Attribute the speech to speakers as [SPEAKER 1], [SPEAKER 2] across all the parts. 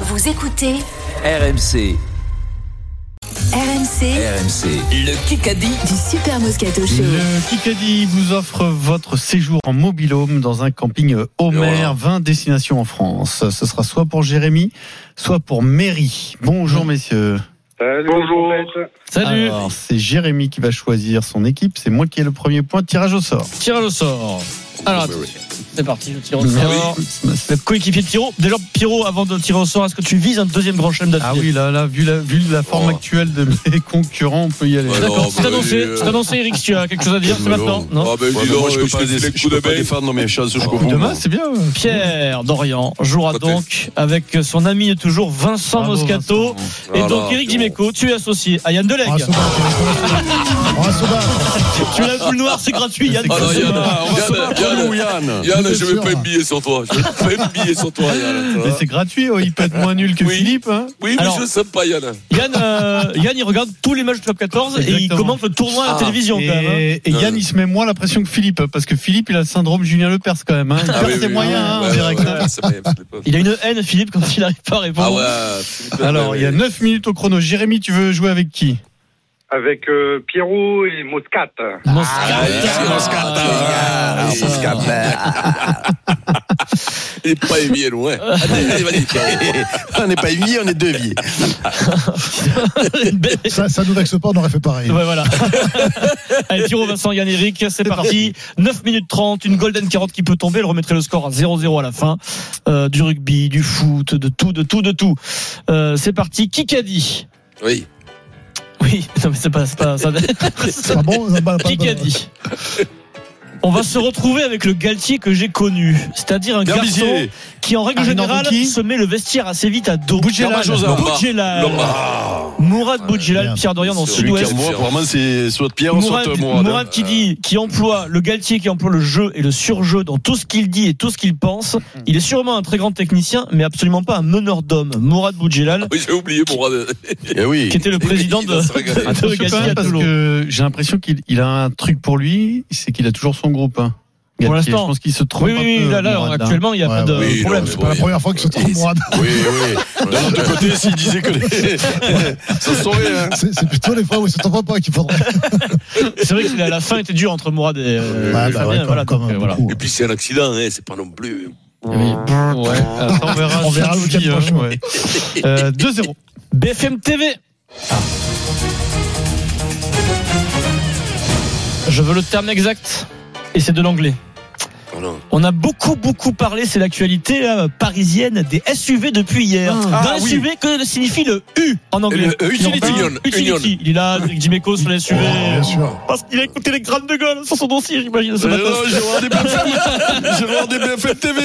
[SPEAKER 1] Vous écoutez
[SPEAKER 2] RMC,
[SPEAKER 1] RMC
[SPEAKER 2] RMC, le Kikadi.
[SPEAKER 1] du Super Moscato Show.
[SPEAKER 3] Le Kikadi vous offre votre séjour en mobilhome dans un camping Homer,
[SPEAKER 2] Voilà.
[SPEAKER 3] 20 destinations en France. Ce sera soit pour Jérémy, soit pour Mary. Bonjour messieurs.
[SPEAKER 4] Salut,
[SPEAKER 5] Bonjour.
[SPEAKER 4] Jean-Baptiste.
[SPEAKER 6] Salut,
[SPEAKER 3] Alors, c'est Jérémy qui va choisir son équipe, c'est moi qui ai le premier point, tirage au sort.
[SPEAKER 6] tirage au sort. Alors,
[SPEAKER 2] Oui, oui.
[SPEAKER 6] attention, c'est parti, le tirage au sort. Le coéquipier de Pierrot. Déjà, Pierrot, avant de tirer au sort, est-ce que tu vises un deuxième grand chelem
[SPEAKER 3] Ah
[SPEAKER 6] d'affilée
[SPEAKER 3] oui, là, là, vu la, vu la forme
[SPEAKER 2] Oh.
[SPEAKER 3] actuelle de mes concurrents, on peut y aller.
[SPEAKER 2] Ouais, non.
[SPEAKER 6] D'accord, c'est
[SPEAKER 2] bah,
[SPEAKER 6] annoncé,
[SPEAKER 2] oui, euh,
[SPEAKER 6] c'est annoncé, Eric, si tu as quelque chose à dire, c'est maintenant. Non
[SPEAKER 2] Ah ben
[SPEAKER 5] Ouais,
[SPEAKER 2] dis
[SPEAKER 5] mais
[SPEAKER 2] donc,
[SPEAKER 5] moi, je peux
[SPEAKER 2] je
[SPEAKER 5] pas,
[SPEAKER 2] te fais
[SPEAKER 5] dé-
[SPEAKER 2] des
[SPEAKER 5] je peux
[SPEAKER 2] coups de
[SPEAKER 5] pas
[SPEAKER 2] bec.
[SPEAKER 5] défendre mes chances jusqu'au bout.
[SPEAKER 3] Demain, c'est bien.
[SPEAKER 6] Pierre Dorian jouera
[SPEAKER 2] Côté.
[SPEAKER 6] donc avec son ami de toujours Vincent
[SPEAKER 3] Bravo,
[SPEAKER 6] Moscato.
[SPEAKER 3] Vincent.
[SPEAKER 6] Et
[SPEAKER 2] Voilà,
[SPEAKER 6] donc, Eric
[SPEAKER 2] Pierrot.
[SPEAKER 6] Dimeco, tu es associé à Yann
[SPEAKER 3] Ah,
[SPEAKER 6] Deleg. Tu l'as vu le noir, c'est gratuit, Yann.
[SPEAKER 3] C'est
[SPEAKER 2] Ah non,
[SPEAKER 6] Deleg.
[SPEAKER 2] Yann, Yann,
[SPEAKER 5] Yann,
[SPEAKER 2] Yann,
[SPEAKER 5] Yann.
[SPEAKER 2] Yann, je vais
[SPEAKER 3] sûr.
[SPEAKER 2] pas me billet sur toi. Je vais pas me billet sur toi, Yann. tu vois.
[SPEAKER 3] Mais c'est gratuit, oh, il peut être moins nul que
[SPEAKER 2] Oui.
[SPEAKER 3] Philippe. hein.
[SPEAKER 2] Oui, mais
[SPEAKER 6] Alors-
[SPEAKER 2] je sais pas, Yann.
[SPEAKER 6] Yann, euh, Yann, il regarde tous les matchs du top 14 et il
[SPEAKER 3] Exactement.
[SPEAKER 6] commente le tournoi à la
[SPEAKER 2] Ah.
[SPEAKER 6] télévision, quand même. hein.
[SPEAKER 3] Et, et Yann, il se met moins la pression que Philippe, hein, parce que Philippe, il a le syndrome Julien Lepers quand même. Hein. Il
[SPEAKER 2] Ah
[SPEAKER 3] perd
[SPEAKER 2] oui,
[SPEAKER 3] ses
[SPEAKER 2] oui,
[SPEAKER 3] moyens,
[SPEAKER 2] oui.
[SPEAKER 3] hein,
[SPEAKER 2] Ouais,
[SPEAKER 3] en direct.
[SPEAKER 2] ouais,
[SPEAKER 3] hein.
[SPEAKER 2] ouais, ça m'est- ça m'est pas-
[SPEAKER 6] Il a une haine, Philippe, quand il n'arrive pas à répondre.
[SPEAKER 2] Ah ouais. Philippe,
[SPEAKER 3] Alors,
[SPEAKER 2] ouais,
[SPEAKER 3] il y a
[SPEAKER 2] ouais.
[SPEAKER 3] 9 minutes au chrono. Jérémy, tu veux jouer avec qui
[SPEAKER 4] Avec euh, Pierrot et Moscat.
[SPEAKER 6] Moscata.
[SPEAKER 2] Ah, Moscata. Ah,
[SPEAKER 6] Ah,
[SPEAKER 2] Il est pas évier loin. Allez, vas-y, Pierrot.
[SPEAKER 5] On n'est pas une vie, on est deux vies.
[SPEAKER 6] Une belle-
[SPEAKER 7] Ça, ça nous Sport, on aurait fait pareil.
[SPEAKER 6] Ouais, ben voilà. Allez, Pierrot, Vincent, Yann, Eric, c'est parti. 9 minutes 30, une golden carotte qui peut tomber. Elle remettrait le score à 0-0 à la fin. Euh, du rugby, du foot, de tout, de tout, de tout. Euh, c'est parti. Qui qu'a dit
[SPEAKER 2] Oui.
[SPEAKER 6] Oui, non, mais c'est pas, c'est pas ça.
[SPEAKER 7] C'est pas bon ça, pas- pas-
[SPEAKER 6] Qui qu'a dit on va se retrouver avec le Galtier que j'ai connu, c'est-à-dire un garçon
[SPEAKER 5] Garbizier.
[SPEAKER 6] qui en règle
[SPEAKER 3] Arnaud
[SPEAKER 6] générale
[SPEAKER 3] Ruki.
[SPEAKER 6] se met le vestiaire assez vite à dos.
[SPEAKER 3] Boudjelal.
[SPEAKER 5] Lombard.
[SPEAKER 6] Boudjelal.
[SPEAKER 2] Lombard.
[SPEAKER 6] Mourad Boudjelal,
[SPEAKER 7] merde.
[SPEAKER 6] Pierre Dorian dans le
[SPEAKER 2] Celui
[SPEAKER 5] Celui qui
[SPEAKER 6] sud-ouest.
[SPEAKER 5] envoie, vraiment, c'est soit Pierre, soit
[SPEAKER 6] Mourad,
[SPEAKER 5] moi.
[SPEAKER 6] Mourad qui dit, qui emploie le Galtier, qui emploie le jeu et le surjeu dans tout ce qu'il dit et tout ce qu'il pense. Il est sûrement un très grand technicien, mais absolument pas un meneur d'hommes. Mourad Boudjelal,
[SPEAKER 2] Oui, j'ai oublié mon roi de.
[SPEAKER 5] Eh oui.
[SPEAKER 6] qui était le président
[SPEAKER 2] il
[SPEAKER 6] de,
[SPEAKER 2] va se régaler.
[SPEAKER 6] de
[SPEAKER 3] Attention
[SPEAKER 6] Galtier
[SPEAKER 3] quand même,
[SPEAKER 6] à
[SPEAKER 3] parce
[SPEAKER 6] Toulon.
[SPEAKER 3] que j'ai l'impression qu'il il a un truc pour lui, c'est qu'il a toujours son groupe. hein.
[SPEAKER 6] Pour
[SPEAKER 3] Galtier,
[SPEAKER 6] l'instant.
[SPEAKER 3] Je pense qu'il se trompe
[SPEAKER 6] Oui,
[SPEAKER 3] un
[SPEAKER 6] oui,
[SPEAKER 3] peu, hein.
[SPEAKER 6] oui, là, là,
[SPEAKER 3] Mourad,
[SPEAKER 6] actuellement, il n'y a
[SPEAKER 7] Ouais,
[SPEAKER 6] pas de
[SPEAKER 7] ouais.
[SPEAKER 2] Oui,
[SPEAKER 6] problème.
[SPEAKER 2] non,
[SPEAKER 7] C'est pas la première fois que se trompe Mourad.
[SPEAKER 5] Oui, oui. De l'autre côté, s'il disait que les... ça se saurait, hein.
[SPEAKER 7] C'est c'est plutôt les fois où il se trompe pas qu'il faudrait.
[SPEAKER 6] C'est vrai que la- la fin était dure entre Mourad et euh,
[SPEAKER 7] Ouais, bah
[SPEAKER 6] Fabien,
[SPEAKER 7] ouais, comme-
[SPEAKER 6] voilà,
[SPEAKER 7] comme
[SPEAKER 6] donc, euh,
[SPEAKER 7] beaucoup.
[SPEAKER 6] voilà.
[SPEAKER 2] Et puis c'est un accident, hein, c'est pas non plus.
[SPEAKER 3] Ouais.
[SPEAKER 6] Euh,
[SPEAKER 3] Attends, on verra,
[SPEAKER 7] euh, On verra
[SPEAKER 3] si
[SPEAKER 7] le
[SPEAKER 3] tu dis,
[SPEAKER 7] week-end
[SPEAKER 3] hein,
[SPEAKER 7] prochain.
[SPEAKER 3] ouais. Euh, 2-0.
[SPEAKER 6] BFM TV.
[SPEAKER 7] Ah.
[SPEAKER 6] Je veux le terme exact, et c'est de l'anglais.
[SPEAKER 2] Oh non.
[SPEAKER 6] On a beaucoup, beaucoup parlé, c'est l'actualité là, parisienne des SUV depuis hier. D'un
[SPEAKER 5] Ah, oui.
[SPEAKER 6] SUV, que signifie le U en anglais
[SPEAKER 2] Le, euh, utility.
[SPEAKER 6] Union,
[SPEAKER 2] Union,
[SPEAKER 6] Utility. Il est là, Eric Dimeco sur les SUV.
[SPEAKER 7] Bien sûr.
[SPEAKER 6] Parce qu'il a écouté les crânes de gueule sur son dossier, j'imagine, ce
[SPEAKER 5] Euh,
[SPEAKER 6] matin.
[SPEAKER 5] non,
[SPEAKER 2] oh,
[SPEAKER 5] J'ai regardé BFM. J'ai regardé BFM TV.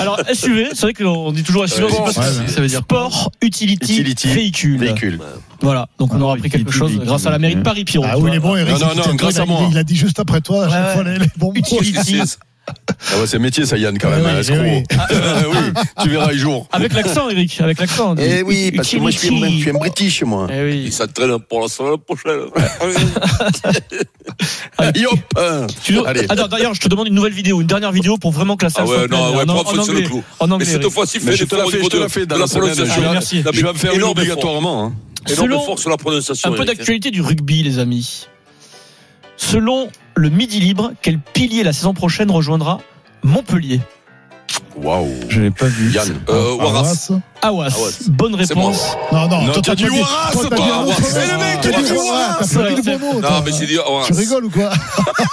[SPEAKER 6] Alors, SUV, c'est vrai qu'on dit toujours SUV,
[SPEAKER 2] Ouais,
[SPEAKER 6] c'est parce que
[SPEAKER 7] ouais,
[SPEAKER 6] c'est
[SPEAKER 7] ouais.
[SPEAKER 3] Ça veut dire
[SPEAKER 6] Sport, utility,
[SPEAKER 5] Utility,
[SPEAKER 6] véhicule. Voilà, donc on
[SPEAKER 3] Ah,
[SPEAKER 6] aura appris quelque
[SPEAKER 3] utility,
[SPEAKER 6] chose
[SPEAKER 3] véhicule.
[SPEAKER 6] grâce à la mairie de Paris, Pierrot.
[SPEAKER 7] Ah
[SPEAKER 6] tu
[SPEAKER 7] oui,
[SPEAKER 6] vois.
[SPEAKER 7] il est bon, Eric.
[SPEAKER 5] Non, non,
[SPEAKER 7] c'est-
[SPEAKER 5] non,
[SPEAKER 7] c'est-
[SPEAKER 5] grâce
[SPEAKER 7] il-
[SPEAKER 5] à moi.
[SPEAKER 7] Il a dit juste après toi, à chaque
[SPEAKER 6] Ouais,
[SPEAKER 7] fois, les, les bons mots.
[SPEAKER 2] Oh,
[SPEAKER 6] Utility.
[SPEAKER 5] Ah ouais, c'est métier, ça, Yann, quand
[SPEAKER 7] Ah
[SPEAKER 5] même.
[SPEAKER 7] oui,
[SPEAKER 5] hein, escroc.
[SPEAKER 7] oui.
[SPEAKER 5] Ah oui, tu verras un jour.
[SPEAKER 6] Avec l'accent, Eric, avec l'accent.
[SPEAKER 8] Eh oui, parce que moi je suis, je suis un British, moi.
[SPEAKER 6] Eh oui.
[SPEAKER 2] Il s'entraîne pour la semaine prochaine. Ah
[SPEAKER 5] Et hop, hein.
[SPEAKER 6] Tu veux-
[SPEAKER 5] Allez.
[SPEAKER 6] Attends, d'ailleurs, je te demande une nouvelle vidéo, une dernière vidéo pour vraiment classer
[SPEAKER 2] Ah
[SPEAKER 6] la
[SPEAKER 2] ouais,
[SPEAKER 6] semaine
[SPEAKER 2] non, ouais,
[SPEAKER 6] dernière.
[SPEAKER 2] prends feu
[SPEAKER 6] en
[SPEAKER 2] sur le
[SPEAKER 6] anglais.
[SPEAKER 2] clou.
[SPEAKER 6] En
[SPEAKER 2] Mais
[SPEAKER 6] anglais.
[SPEAKER 2] cette
[SPEAKER 6] Eric.
[SPEAKER 2] fois-ci,
[SPEAKER 5] Mais
[SPEAKER 2] fais
[SPEAKER 5] je te la
[SPEAKER 2] l'effort au
[SPEAKER 5] fais,
[SPEAKER 2] niveau
[SPEAKER 5] je te
[SPEAKER 2] de
[SPEAKER 5] la fais dans
[SPEAKER 2] de
[SPEAKER 5] la semaine,
[SPEAKER 2] prononciation.
[SPEAKER 5] je
[SPEAKER 6] Allez, merci.
[SPEAKER 2] Non, mais
[SPEAKER 5] Je vais me faire une
[SPEAKER 2] énorme
[SPEAKER 5] obligatoirement. hein.
[SPEAKER 2] effort. Énorme
[SPEAKER 6] Selon-
[SPEAKER 2] effort sur la prononciation. hein.
[SPEAKER 6] Un peu
[SPEAKER 2] Eric.
[SPEAKER 6] d'actualité du rugby, les amis. Selon le Midi Libre, quel pilier la saison prochaine rejoindra Montpellier
[SPEAKER 5] Waouh.
[SPEAKER 3] Je l'ai pas vu.
[SPEAKER 2] Yann, euh, Waras.
[SPEAKER 7] Arras.
[SPEAKER 6] Awas.
[SPEAKER 2] Awas.
[SPEAKER 6] Bonne
[SPEAKER 2] C'est moi.
[SPEAKER 6] réponse.
[SPEAKER 7] Ah, Non, non,
[SPEAKER 5] Non,
[SPEAKER 7] toi,
[SPEAKER 5] t'as dit
[SPEAKER 7] pas
[SPEAKER 5] Ouaras,
[SPEAKER 7] toi, t'as
[SPEAKER 5] toi,
[SPEAKER 7] dit un
[SPEAKER 5] Ouaras.
[SPEAKER 7] autre
[SPEAKER 5] C'est
[SPEAKER 7] mot.
[SPEAKER 5] le mec qui a
[SPEAKER 7] T'as
[SPEAKER 5] dit
[SPEAKER 7] dit
[SPEAKER 5] Ouaras.
[SPEAKER 7] Ouaras, T'as pas dit le bon
[SPEAKER 6] Ah,
[SPEAKER 7] mot.
[SPEAKER 2] Non,
[SPEAKER 7] toi.
[SPEAKER 2] mais j'ai dit Horace.
[SPEAKER 7] Tu rigoles ou quoi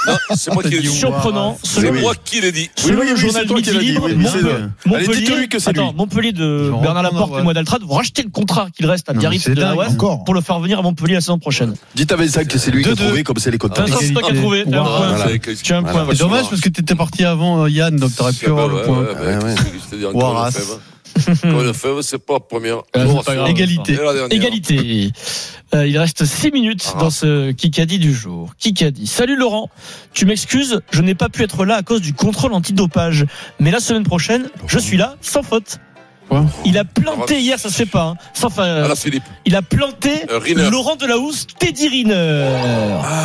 [SPEAKER 2] Non, c'est
[SPEAKER 5] Ah,
[SPEAKER 2] moi qui l'ai dit.
[SPEAKER 6] Surprenant.
[SPEAKER 2] C'est
[SPEAKER 6] Selon,
[SPEAKER 2] moi qui l'ai dit.
[SPEAKER 6] selon
[SPEAKER 5] Oui, oui,
[SPEAKER 6] le
[SPEAKER 5] oui,
[SPEAKER 6] journal
[SPEAKER 5] c'est toi
[SPEAKER 6] Midi
[SPEAKER 5] qui l'as dit,
[SPEAKER 6] Libre,
[SPEAKER 5] oui,
[SPEAKER 3] oui,
[SPEAKER 6] Montpellier-
[SPEAKER 5] c'est vrai. Allez,
[SPEAKER 6] Montpellier,
[SPEAKER 5] dites-lui que c'est lui.
[SPEAKER 6] Attends, Montpellier de
[SPEAKER 3] Genre,
[SPEAKER 6] Bernard Laporte
[SPEAKER 3] ouais.
[SPEAKER 6] et Mois d'Altrade vont racheter le contrat qu'il reste à
[SPEAKER 3] Non, mais
[SPEAKER 6] Biarritz
[SPEAKER 3] c'est
[SPEAKER 6] de
[SPEAKER 3] dingue.
[SPEAKER 6] Awas
[SPEAKER 7] Encore.
[SPEAKER 6] pour le faire venir à Montpellier la saison prochaine.
[SPEAKER 8] Dites à Vincent que c'est lui qui a
[SPEAKER 3] Deux-deux.
[SPEAKER 8] trouvé, comme c'est les comptables.
[SPEAKER 6] Vincent, c'est toi qui as trouvé.
[SPEAKER 3] Égalité.
[SPEAKER 6] Un
[SPEAKER 3] Ouah.
[SPEAKER 6] point.
[SPEAKER 8] Voilà.
[SPEAKER 6] Tu as un point.
[SPEAKER 8] Voilà.
[SPEAKER 3] C'est dommage parce que t'étais parti avant euh, Yann, donc t'aurais pu avoir le point.
[SPEAKER 8] Ouais,
[SPEAKER 2] bah,
[SPEAKER 8] ouais.
[SPEAKER 3] Ouaras.
[SPEAKER 2] Quand le fève, c'est pas la première.
[SPEAKER 6] c'est
[SPEAKER 2] Bon,
[SPEAKER 6] pas grave.
[SPEAKER 2] Et
[SPEAKER 3] Égalité.
[SPEAKER 2] la dernière.
[SPEAKER 6] Égalité. Euh, il reste 6 minutes
[SPEAKER 2] Ah.
[SPEAKER 6] dans ce Kikadi du jour. Kikadi. Salut Laurent, tu m'excuses, je n'ai pas pu être là à cause du contrôle antidopage. Mais la semaine prochaine, je suis là sans faute.
[SPEAKER 3] Quoi
[SPEAKER 6] Il a planté hier, ça se fait pas. Hein. Sauf, euh,
[SPEAKER 2] Ah là, Philippe.
[SPEAKER 6] il a planté
[SPEAKER 2] Euh, Riner. Ah,
[SPEAKER 6] Laurent Delahousse, Teddy Riner.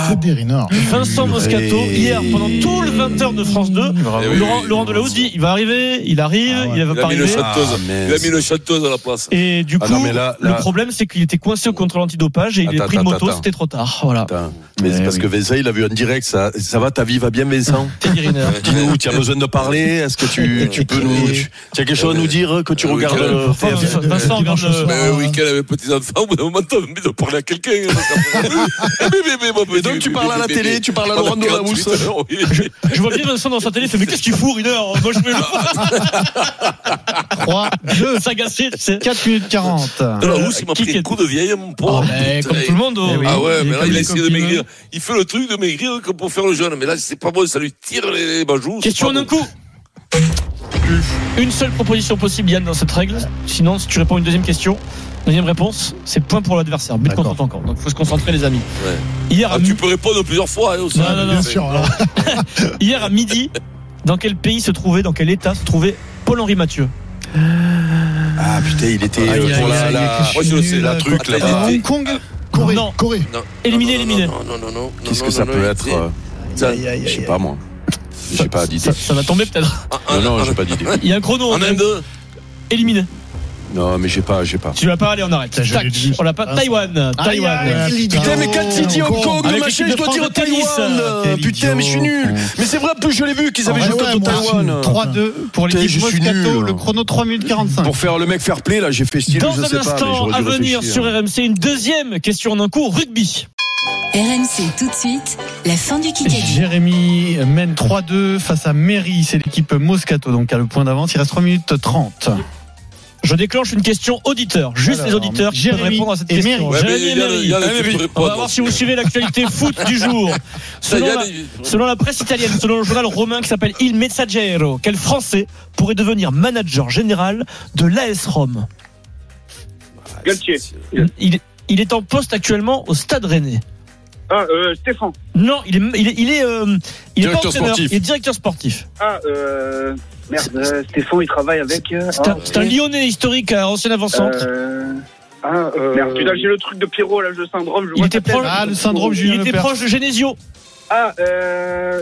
[SPEAKER 7] Claude Dériner.
[SPEAKER 6] Vincent Moscato, hier, pendant tout le 20h de France 2,
[SPEAKER 2] Eh oui,
[SPEAKER 6] Laurent,
[SPEAKER 2] oui,
[SPEAKER 6] Laurent Delahousse dit il va arriver, il arrive,
[SPEAKER 7] Ah ouais.
[SPEAKER 6] il va
[SPEAKER 2] Il
[SPEAKER 6] pas
[SPEAKER 2] a mis le
[SPEAKER 6] arriver.
[SPEAKER 2] chanteuse.
[SPEAKER 8] mais
[SPEAKER 2] Il a mis le chanteuse à la place.
[SPEAKER 6] Et du coup,
[SPEAKER 8] Ah non, mais là- là-
[SPEAKER 6] le problème, c'est qu'il était coincé au contrôle antidopage et il est
[SPEAKER 8] Attends,
[SPEAKER 6] pris de
[SPEAKER 8] attends,
[SPEAKER 6] moto,
[SPEAKER 8] attends.
[SPEAKER 6] c'était trop tard. Voilà.
[SPEAKER 8] Putain. Mais c'est
[SPEAKER 3] Eh
[SPEAKER 8] parce
[SPEAKER 3] oui.
[SPEAKER 8] que Vincent, il a vu en direct. Ça, ça va, ta vie va bien, Vincent
[SPEAKER 6] Teddy Riner.
[SPEAKER 8] Dis-nous, tu as besoin de parler Est-ce que tu, tu peux nous. Tu, tu as quelque chose à nous dire que tu
[SPEAKER 2] Euh,
[SPEAKER 8] regardes
[SPEAKER 2] quel-
[SPEAKER 8] euh,
[SPEAKER 6] Enfin,
[SPEAKER 8] TF1?
[SPEAKER 6] Vincent regarde
[SPEAKER 7] dimanche
[SPEAKER 6] le-
[SPEAKER 7] soir.
[SPEAKER 2] Mais
[SPEAKER 7] Ah.
[SPEAKER 2] euh, oui, quel avait petits enfants, au bout d'un moment, t'as envie de parler à quelqu'un. hein, parce qu'après, Eh, mais, mais, mais, mon petit,
[SPEAKER 8] donc, tu
[SPEAKER 2] mais,
[SPEAKER 8] parles à
[SPEAKER 2] mais,
[SPEAKER 8] la
[SPEAKER 2] mais,
[SPEAKER 8] télé,
[SPEAKER 2] mais,
[SPEAKER 8] tu parles à
[SPEAKER 2] pendant
[SPEAKER 8] Laurent de la
[SPEAKER 2] 48
[SPEAKER 8] Mousse.
[SPEAKER 2] heures, oui.
[SPEAKER 6] Je vois bien Vincent dans sa télé, il fait Mais qu'est-ce qu'il fourre une heure Moi je vais le 3, 2, s'agacer, tu sais.
[SPEAKER 3] 4 minutes 40.
[SPEAKER 2] De la Mousse, il m'a
[SPEAKER 6] Qui
[SPEAKER 2] pris
[SPEAKER 6] qui
[SPEAKER 2] un
[SPEAKER 6] est-
[SPEAKER 2] coup de vieille, mon pauvre.
[SPEAKER 6] Oh, mais
[SPEAKER 2] Putain,
[SPEAKER 6] comme tout le monde. oh.
[SPEAKER 3] Eh oui.
[SPEAKER 2] Ah ouais,
[SPEAKER 6] Il est
[SPEAKER 2] mais là,
[SPEAKER 6] comme
[SPEAKER 2] il
[SPEAKER 6] des
[SPEAKER 2] a essayé de
[SPEAKER 6] copines.
[SPEAKER 2] maigrir. Il fait le truc de maigrir que pour faire le jeune. Mais là, c'est pas bon, ça lui tire les les bajoux. c'est
[SPEAKER 6] Question
[SPEAKER 2] pas
[SPEAKER 6] en un
[SPEAKER 2] bon.
[SPEAKER 6] coup. Une seule proposition possible, Yann, dans cette règle. Sinon, si tu réponds à une deuxième question, deuxième réponse, c'est point pour l'adversaire. But
[SPEAKER 7] D'accord.
[SPEAKER 6] contre encore. Donc, faut se concentrer, les amis.
[SPEAKER 2] Ouais.
[SPEAKER 6] Hier, à
[SPEAKER 2] Ah, tu peux répondre plusieurs fois. hein, aussi.
[SPEAKER 6] Non, non, non.
[SPEAKER 7] Bien sûr. alors.
[SPEAKER 6] mi- hier à midi, dans quel pays se trouvait, dans quel état se trouvait Paul-Henri Mathieu
[SPEAKER 8] Ah putain, il était
[SPEAKER 3] Ah, il y
[SPEAKER 8] euh,
[SPEAKER 3] a-
[SPEAKER 8] pour
[SPEAKER 3] il y a-
[SPEAKER 8] la-
[SPEAKER 3] il y a
[SPEAKER 8] la.
[SPEAKER 3] quelque
[SPEAKER 8] Moi, je
[SPEAKER 3] chose
[SPEAKER 8] sais,
[SPEAKER 3] nul, hein, Ah,
[SPEAKER 8] la
[SPEAKER 3] là,
[SPEAKER 8] truc
[SPEAKER 2] quoi.
[SPEAKER 8] là-bas.
[SPEAKER 7] Hong Kong Corée.
[SPEAKER 6] Non.
[SPEAKER 7] Corée.
[SPEAKER 2] Non, non,
[SPEAKER 6] Éliminé,
[SPEAKER 2] non,
[SPEAKER 6] éliminé.
[SPEAKER 2] Non, non, non, non. non,
[SPEAKER 8] Qu'est-ce
[SPEAKER 2] non,
[SPEAKER 8] que ça
[SPEAKER 2] non,
[SPEAKER 8] peut
[SPEAKER 2] non,
[SPEAKER 8] être
[SPEAKER 2] il-
[SPEAKER 8] euh,
[SPEAKER 2] Ça-
[SPEAKER 8] Je sais pas moi. J'ai pas d'idée.
[SPEAKER 6] Ça, ça va tomber peut-être.
[SPEAKER 2] en-
[SPEAKER 8] Non, non,
[SPEAKER 2] en-
[SPEAKER 8] j'ai pas d'idée.
[SPEAKER 6] Il y a un chrono.
[SPEAKER 2] En
[SPEAKER 6] on est
[SPEAKER 2] Inde,
[SPEAKER 6] Éliminé.
[SPEAKER 8] Non, mais j'ai pas, j'ai pas.
[SPEAKER 6] Tu vas pas aller, on arrête.
[SPEAKER 7] Putain, je
[SPEAKER 6] Tac.
[SPEAKER 7] l'ai dit.
[SPEAKER 6] On l'a pas. Taïwan. Taïwan.
[SPEAKER 8] Putain, mais quand il dit Hong Kong, le
[SPEAKER 6] Avec
[SPEAKER 8] machin, je
[SPEAKER 6] l'équipe
[SPEAKER 8] dois
[SPEAKER 6] de
[SPEAKER 8] dire
[SPEAKER 6] France de
[SPEAKER 8] Taïwan.
[SPEAKER 6] tennis, euh,
[SPEAKER 8] euh,
[SPEAKER 7] quel
[SPEAKER 8] Putain, mais je suis
[SPEAKER 7] idiot.
[SPEAKER 8] nul. Mais c'est vrai, en plus je l'ai vu qu'ils avaient
[SPEAKER 7] Ah,
[SPEAKER 8] joué
[SPEAKER 7] ouais,
[SPEAKER 8] contre
[SPEAKER 7] moi aussi.
[SPEAKER 8] Taïwan.
[SPEAKER 3] 3-2 pour
[SPEAKER 8] Putain,
[SPEAKER 3] l'équipe
[SPEAKER 8] je suis nul.
[SPEAKER 3] Moscato, le chrono 3 minutes 45.
[SPEAKER 8] Pour faire le mec fair play, là, j'ai fait style,
[SPEAKER 6] Dans
[SPEAKER 8] je
[SPEAKER 6] un
[SPEAKER 8] sais pas, mais
[SPEAKER 6] instant,
[SPEAKER 8] j'aurais
[SPEAKER 6] à
[SPEAKER 8] dû
[SPEAKER 6] venir
[SPEAKER 8] réfléchir.
[SPEAKER 6] sur RMC, une deuxième question en un coup, rugby.
[SPEAKER 1] RMC tout de suite, la fin du Kikadi.
[SPEAKER 3] Jérémy mène 3-2 face à Mairie, c'est l'équipe Moscato, donc à le point d'avance, il reste 3 minutes 30.
[SPEAKER 6] Je déclenche une question auditeur, juste
[SPEAKER 3] Alors,
[SPEAKER 6] les auditeurs qui peuvent
[SPEAKER 3] Jérémy
[SPEAKER 6] répondre à cette
[SPEAKER 3] et
[SPEAKER 6] question.
[SPEAKER 3] Mairie.
[SPEAKER 2] Ouais, mais
[SPEAKER 6] Jérémy et
[SPEAKER 2] Yann,
[SPEAKER 6] Mairie.
[SPEAKER 2] Yann,
[SPEAKER 6] Allez,
[SPEAKER 2] tu peux
[SPEAKER 6] vite. On
[SPEAKER 2] répondre.
[SPEAKER 6] va voir si vous suivez l'actualité foot du jour.
[SPEAKER 2] ça,
[SPEAKER 6] Selon
[SPEAKER 2] Yann,
[SPEAKER 6] la,
[SPEAKER 2] il-
[SPEAKER 6] selon la presse italienne, selon le journal romain qui s'appelle Il Messaggero, quel Français pourrait devenir manager général de l'AS Rome
[SPEAKER 4] Galtier.
[SPEAKER 6] il, il est en poste actuellement au Stade Rennais.
[SPEAKER 4] Ah, euh, Stéphane.
[SPEAKER 6] Non, il est, il est, il est, euh, il est pas
[SPEAKER 8] Directeur
[SPEAKER 6] entraîneur,
[SPEAKER 8] sportif.
[SPEAKER 6] il est directeur sportif.
[SPEAKER 4] Ah, euh, merde, euh, Stéphane, il travaille avec.
[SPEAKER 3] Ah,
[SPEAKER 4] euh,
[SPEAKER 6] C'est un, c'est un Lyonnais historique, un ancien avant-centre.
[SPEAKER 4] euh, ah, euh, merde, tu l'as, j'ai le truc de Pierrot, là, le syndrome. Je
[SPEAKER 6] il
[SPEAKER 4] vois
[SPEAKER 6] était
[SPEAKER 4] ta tête.
[SPEAKER 6] proche,
[SPEAKER 3] Ah, le syndrome
[SPEAKER 6] il
[SPEAKER 3] Julien
[SPEAKER 6] était
[SPEAKER 3] Lepers.
[SPEAKER 6] proche de Genesio.
[SPEAKER 4] Ah, euh.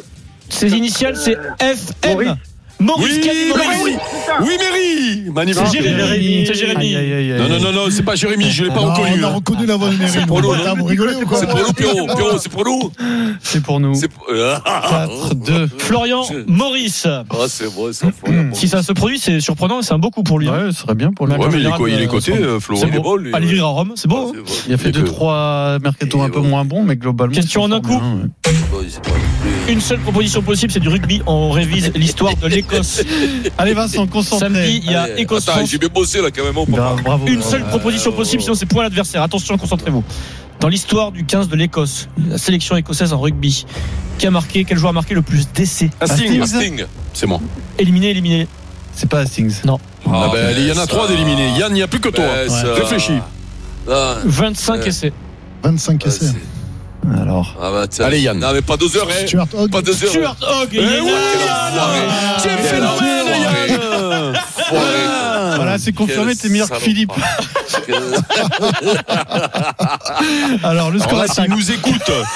[SPEAKER 6] Ses initiales, c'est
[SPEAKER 4] Maurice.
[SPEAKER 6] FM. Maurice
[SPEAKER 8] Oui,
[SPEAKER 6] Cadillac.
[SPEAKER 8] Maurice.
[SPEAKER 4] Putain.
[SPEAKER 8] Oui, Méry
[SPEAKER 6] C'est
[SPEAKER 8] Magnifique.
[SPEAKER 6] Jérémy. c'est
[SPEAKER 3] Aïe,
[SPEAKER 6] Jérémy.
[SPEAKER 3] aïe, aïe, aïe.
[SPEAKER 8] Non, non, non, non, c'est pas Jérémy, je l'ai
[SPEAKER 3] Ah
[SPEAKER 8] pas
[SPEAKER 7] Non,
[SPEAKER 8] reconnu.
[SPEAKER 7] On a
[SPEAKER 8] hein.
[SPEAKER 7] reconnu la voix de Mairie.
[SPEAKER 3] C'est
[SPEAKER 2] pour nous,
[SPEAKER 7] Putain, Vous rigolez ou quoi
[SPEAKER 2] C'est pour nous, Pierrot. Pierrot, c'est pour nous.
[SPEAKER 3] C'est pour nous.
[SPEAKER 2] C'est pour- Ah,
[SPEAKER 3] 4-2.
[SPEAKER 6] Florian
[SPEAKER 2] Je-
[SPEAKER 6] Maurice.
[SPEAKER 2] Ah, c'est vrai, ça. Florian.
[SPEAKER 6] Si ça se produit, c'est surprenant et c'est un beau coup pour lui. hein.
[SPEAKER 3] Ouais, ce serait bien pour lui.
[SPEAKER 8] Ouais, mais il est,
[SPEAKER 6] général,
[SPEAKER 8] quoi, il
[SPEAKER 6] euh,
[SPEAKER 8] est coté,
[SPEAKER 6] c'est-
[SPEAKER 8] euh, Flo.
[SPEAKER 6] c'est
[SPEAKER 8] hein.
[SPEAKER 2] il est
[SPEAKER 6] bon.
[SPEAKER 2] bon, lui,
[SPEAKER 6] Aller
[SPEAKER 2] ouais.
[SPEAKER 6] vivre à Rome, c'est
[SPEAKER 2] Ah,
[SPEAKER 6] beau. hein.
[SPEAKER 2] c'est
[SPEAKER 3] Il a fait
[SPEAKER 8] Et
[SPEAKER 3] 2-3 mercato un peu moins bons, mais globalement.
[SPEAKER 6] Question
[SPEAKER 3] ils sont
[SPEAKER 6] en un
[SPEAKER 3] fort
[SPEAKER 6] coup.
[SPEAKER 3] bien, ouais.
[SPEAKER 2] bon, il sait pas non plus.
[SPEAKER 6] Une seule proposition possible, c'est du rugby. On révise l'histoire de l'Écosse.
[SPEAKER 3] Allez, Vincent, concentré.
[SPEAKER 6] Samedi, il y a
[SPEAKER 2] Allez,
[SPEAKER 6] Écosse. Bah,
[SPEAKER 2] Attends, Euh, j'ai bien bossé, là, quand même, mon papa.
[SPEAKER 3] Bravo, bravo.
[SPEAKER 6] Une seule proposition
[SPEAKER 2] ouais,
[SPEAKER 6] possible,
[SPEAKER 2] ouais.
[SPEAKER 6] sinon c'est point à l'adversaire. Attention, concentrez-vous. Dans l'histoire du 15 de l'Écosse, la sélection écossaise en rugby, qui a marqué, quel joueur a marqué le plus d'essais
[SPEAKER 8] Hastings.
[SPEAKER 2] Hastings.
[SPEAKER 8] C'est moi.
[SPEAKER 6] Éliminé, éliminé.
[SPEAKER 3] C'est pas Hastings.
[SPEAKER 8] Ah, ben,
[SPEAKER 2] ben,
[SPEAKER 8] allez, il y en a
[SPEAKER 2] ça.
[SPEAKER 8] trois d'éliminés. Yann, il n'y a plus que toi.
[SPEAKER 2] Ben, ça.
[SPEAKER 8] Réfléchis.
[SPEAKER 2] Ah,
[SPEAKER 6] 25
[SPEAKER 2] Ouais.
[SPEAKER 6] essais.
[SPEAKER 7] 25
[SPEAKER 2] ah, c'est-
[SPEAKER 7] essais.
[SPEAKER 3] Alors.
[SPEAKER 2] Ah, bah, tiens.
[SPEAKER 8] Allez, Yann.
[SPEAKER 2] Non, mais pas deux heures, hein.
[SPEAKER 7] Stuart Hogg.
[SPEAKER 2] Pas deux heures.
[SPEAKER 6] Stuart Hogg.
[SPEAKER 2] euh,
[SPEAKER 8] Eh
[SPEAKER 6] il est
[SPEAKER 8] oui,
[SPEAKER 6] là.
[SPEAKER 8] Yann Tiens,
[SPEAKER 2] Quel
[SPEAKER 8] phénomène,
[SPEAKER 2] enfoiré.
[SPEAKER 8] Yann
[SPEAKER 2] Enfoiré.
[SPEAKER 3] Voilà, c'est confirmé,
[SPEAKER 2] Quel Ah.
[SPEAKER 3] t'es meilleur que
[SPEAKER 2] salopard.
[SPEAKER 3] Philippe. Alors, le
[SPEAKER 8] Alors
[SPEAKER 3] score
[SPEAKER 8] là, s'il
[SPEAKER 3] attaque.
[SPEAKER 8] nous écoute,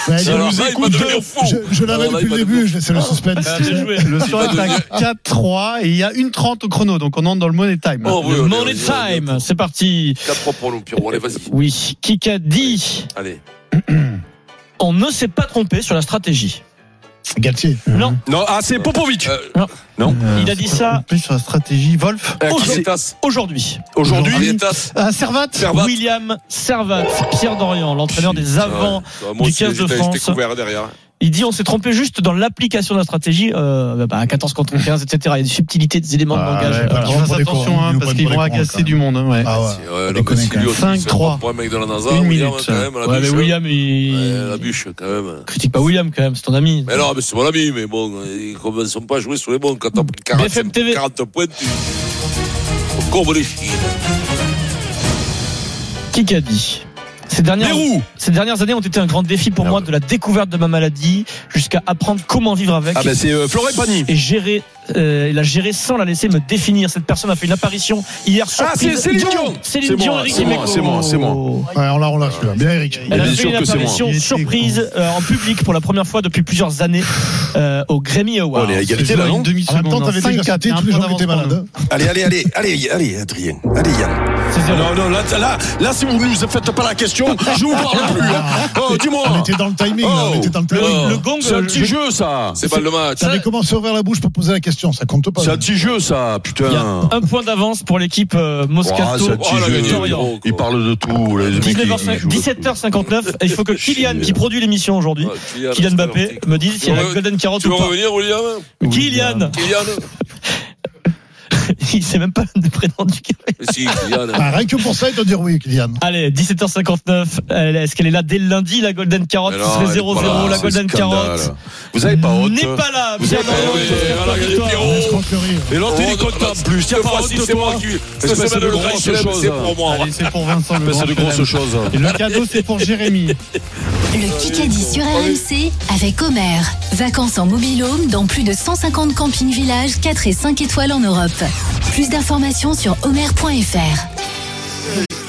[SPEAKER 7] Ouais,
[SPEAKER 8] s'il
[SPEAKER 7] alors
[SPEAKER 2] là,
[SPEAKER 8] nous
[SPEAKER 2] il va
[SPEAKER 8] écoute,
[SPEAKER 2] devenir fou.
[SPEAKER 7] Je, je l'avais
[SPEAKER 2] Alors là,
[SPEAKER 7] depuis
[SPEAKER 2] il va
[SPEAKER 7] le début, je laissais le suspense.
[SPEAKER 6] Ah, bien joué.
[SPEAKER 3] Le score
[SPEAKER 2] Il va
[SPEAKER 3] attaque 4-3 et il y a une 30 au chrono, donc on entre dans le money time.
[SPEAKER 2] Oh, oui,
[SPEAKER 6] Le
[SPEAKER 2] allez,
[SPEAKER 6] Money
[SPEAKER 2] allez, allez,
[SPEAKER 6] Time, c'est parti.
[SPEAKER 2] 4 pour nous, Pierrot. Allez, vas-y.
[SPEAKER 6] Oui, Kika dit
[SPEAKER 2] Allez.
[SPEAKER 6] on ne s'est pas trompé sur la stratégie.
[SPEAKER 7] Galtier.
[SPEAKER 6] Non,
[SPEAKER 8] Non, ah, c'est Popovic.
[SPEAKER 2] Euh,
[SPEAKER 6] il a dit ça
[SPEAKER 3] Plus sur la stratégie, Wolf.
[SPEAKER 8] Euh, qui c'est
[SPEAKER 2] Arietas.
[SPEAKER 6] aujourd'hui.
[SPEAKER 8] Aujourd'hui,
[SPEAKER 2] Arietas.
[SPEAKER 3] Ah, Servat
[SPEAKER 2] Servat.
[SPEAKER 6] William Servat, Pierre Dorian, l'entraîneur des avants.
[SPEAKER 2] Ouais, moi
[SPEAKER 6] du
[SPEAKER 2] aussi,
[SPEAKER 6] 15 de
[SPEAKER 2] j'étais-
[SPEAKER 6] France.
[SPEAKER 2] J'étais couvert derrière.
[SPEAKER 6] Il dit on s'est trompé juste dans l'application de la stratégie, euh, bah, 14 contre 15, etc. Il y a des subtilités, des éléments de
[SPEAKER 7] Ah,
[SPEAKER 6] langage.
[SPEAKER 7] ouais, voilà.
[SPEAKER 6] Alors,
[SPEAKER 7] Ils vont
[SPEAKER 3] Fais
[SPEAKER 7] pour les
[SPEAKER 3] attention, hein,
[SPEAKER 7] cons, ils vont
[SPEAKER 3] parce
[SPEAKER 7] pour
[SPEAKER 3] qu'ils
[SPEAKER 7] les
[SPEAKER 3] vont
[SPEAKER 7] cons,
[SPEAKER 3] agacer
[SPEAKER 7] quand même.
[SPEAKER 3] du monde. hein, ouais.
[SPEAKER 7] Ah ouais.
[SPEAKER 2] Ouais,
[SPEAKER 7] les connaît quand même.
[SPEAKER 3] 5-3.
[SPEAKER 2] Pas un mec de la NASA.
[SPEAKER 3] Une
[SPEAKER 2] William,
[SPEAKER 3] minute.
[SPEAKER 2] Quand même, à la
[SPEAKER 6] ouais, mais
[SPEAKER 8] hein.
[SPEAKER 2] bûche.
[SPEAKER 6] William, il
[SPEAKER 2] Ouais, La bûche, quand même.
[SPEAKER 6] critique pas William quand même, c'est ton ami.
[SPEAKER 2] Mais non, mais c'est mon ami, mais bon, ils commencent pas à jouer sur les bons. Quand t'as pris 40,
[SPEAKER 6] BFM TV.
[SPEAKER 2] 40 points, tu. On courbe les chiens.
[SPEAKER 6] Qui a dit ces dernières,
[SPEAKER 8] Pérou.
[SPEAKER 6] ces dernières années ont été un grand défi pour moi, de la découverte de ma maladie jusqu'à apprendre comment vivre avec
[SPEAKER 8] Ah, ben, Ah, c'est euh, Florent Pagny.
[SPEAKER 6] et gérer euh, il a géré sans la laisser me définir. Cette personne a fait une apparition hier sur
[SPEAKER 8] Ah, c'est Céline Dion
[SPEAKER 6] Céline
[SPEAKER 8] C'est
[SPEAKER 6] Dion,
[SPEAKER 8] moi,
[SPEAKER 6] Eric
[SPEAKER 8] c'est moi,
[SPEAKER 6] Dimeco.
[SPEAKER 8] c'est moi, c'est
[SPEAKER 7] Ouais, on l'a, on l'a, celui-là. Bien, Eric.
[SPEAKER 6] Elle a
[SPEAKER 8] bien
[SPEAKER 6] fait
[SPEAKER 8] sûr
[SPEAKER 6] une
[SPEAKER 8] que c'est moi.
[SPEAKER 6] apparition
[SPEAKER 7] Il était
[SPEAKER 6] surprise euh, en public pour la première fois depuis plusieurs années euh, au Grammy Awards.
[SPEAKER 8] Oh, les gars, t'es là, non
[SPEAKER 7] En même temps, t'avais déjà cité tous les gens qui étaient malades.
[SPEAKER 9] Allez, allez, allez, allez, allez, Adrien. Allez, Yann.
[SPEAKER 6] C'est zéro.
[SPEAKER 8] Non, non, là, là, là, si vous ne nous faites pas la question, je vous parle plus. hein. Oh,
[SPEAKER 7] On
[SPEAKER 8] dis-moi.
[SPEAKER 7] était dans le timing, là,
[SPEAKER 8] Oh.
[SPEAKER 7] on était dans le
[SPEAKER 6] Le,
[SPEAKER 7] timing.
[SPEAKER 6] le gong,
[SPEAKER 8] C'est un
[SPEAKER 6] euh,
[SPEAKER 8] petit
[SPEAKER 6] je-
[SPEAKER 8] jeu, ça.
[SPEAKER 2] C'est pas le match.
[SPEAKER 7] T'avais commencé à ouvrir la bouche pour poser la question, ça compte pas.
[SPEAKER 8] C'est un petit jeu, ça,
[SPEAKER 6] il y a
[SPEAKER 8] putain.
[SPEAKER 6] un point d'avance pour l'équipe euh,
[SPEAKER 8] Ouah,
[SPEAKER 6] Moscato.
[SPEAKER 8] c'est un
[SPEAKER 2] Oh, la
[SPEAKER 8] petit
[SPEAKER 2] victoire,
[SPEAKER 8] jeu.
[SPEAKER 2] Hiro,
[SPEAKER 8] Il
[SPEAKER 2] quoi.
[SPEAKER 8] parle de tout. les mecs, ils- ils
[SPEAKER 6] 19h59,
[SPEAKER 8] jouent.
[SPEAKER 6] 17h59, et il faut que Kylian, qui produit l'émission aujourd'hui,
[SPEAKER 8] Ah,
[SPEAKER 2] Ouais, Kylian,
[SPEAKER 6] Kylian Mbappé, me dise s'il y a la
[SPEAKER 2] Tu veux-
[SPEAKER 6] Golden Carotte
[SPEAKER 2] Tu
[SPEAKER 6] ou
[SPEAKER 2] veux
[SPEAKER 6] pas.
[SPEAKER 2] revenir, William
[SPEAKER 6] Kylian
[SPEAKER 2] Kylian
[SPEAKER 6] Il sait même pas le prénom du gars.
[SPEAKER 2] Mais Si, Kylian.
[SPEAKER 7] Ah, rien que pour ça, il doit dire oui, Kylian.
[SPEAKER 6] Allez, 17h59, elle- est-ce qu'elle est là dès le lundi, la Golden Carotte
[SPEAKER 8] Mais
[SPEAKER 6] Ce
[SPEAKER 8] non,
[SPEAKER 6] serait
[SPEAKER 8] elle est
[SPEAKER 6] 0-0,
[SPEAKER 8] pas là,
[SPEAKER 6] la
[SPEAKER 8] c'est
[SPEAKER 6] Golden
[SPEAKER 8] scandale.
[SPEAKER 6] Carotte
[SPEAKER 8] Vous avez pas honte hein.
[SPEAKER 6] n'est pas là
[SPEAKER 8] Vous
[SPEAKER 6] bien
[SPEAKER 8] avez-
[SPEAKER 6] entendu,
[SPEAKER 8] Eh oui,
[SPEAKER 6] c'est
[SPEAKER 2] voilà,
[SPEAKER 6] pas
[SPEAKER 2] les
[SPEAKER 6] victoire.
[SPEAKER 2] Pierrot.
[SPEAKER 7] L'escroquerie.
[SPEAKER 8] Et l'autre, il est
[SPEAKER 2] Oh,
[SPEAKER 8] content
[SPEAKER 2] non,
[SPEAKER 8] plus. Tiens,
[SPEAKER 2] Cette
[SPEAKER 8] pas honte
[SPEAKER 2] fois-ci,
[SPEAKER 8] de
[SPEAKER 2] c'est moi
[SPEAKER 8] toi.
[SPEAKER 2] qui.
[SPEAKER 8] Espèce
[SPEAKER 2] Cette semaine,
[SPEAKER 8] de
[SPEAKER 2] le
[SPEAKER 8] grosse
[SPEAKER 2] Grand Chelem,
[SPEAKER 8] chose.
[SPEAKER 2] c'est pour moi.
[SPEAKER 3] Allez, c'est pour Vincent le
[SPEAKER 8] C'est
[SPEAKER 3] grand
[SPEAKER 8] de grosses
[SPEAKER 3] chelem.
[SPEAKER 8] choses.
[SPEAKER 3] Le cadeau, c'est pour Jérémy.
[SPEAKER 1] Le Kikadi sur RMC avec Omer. Vacances en mobilhome dans plus de 150 campings villages 4 et 5 étoiles en Europe. Plus d'informations sur omer.fr.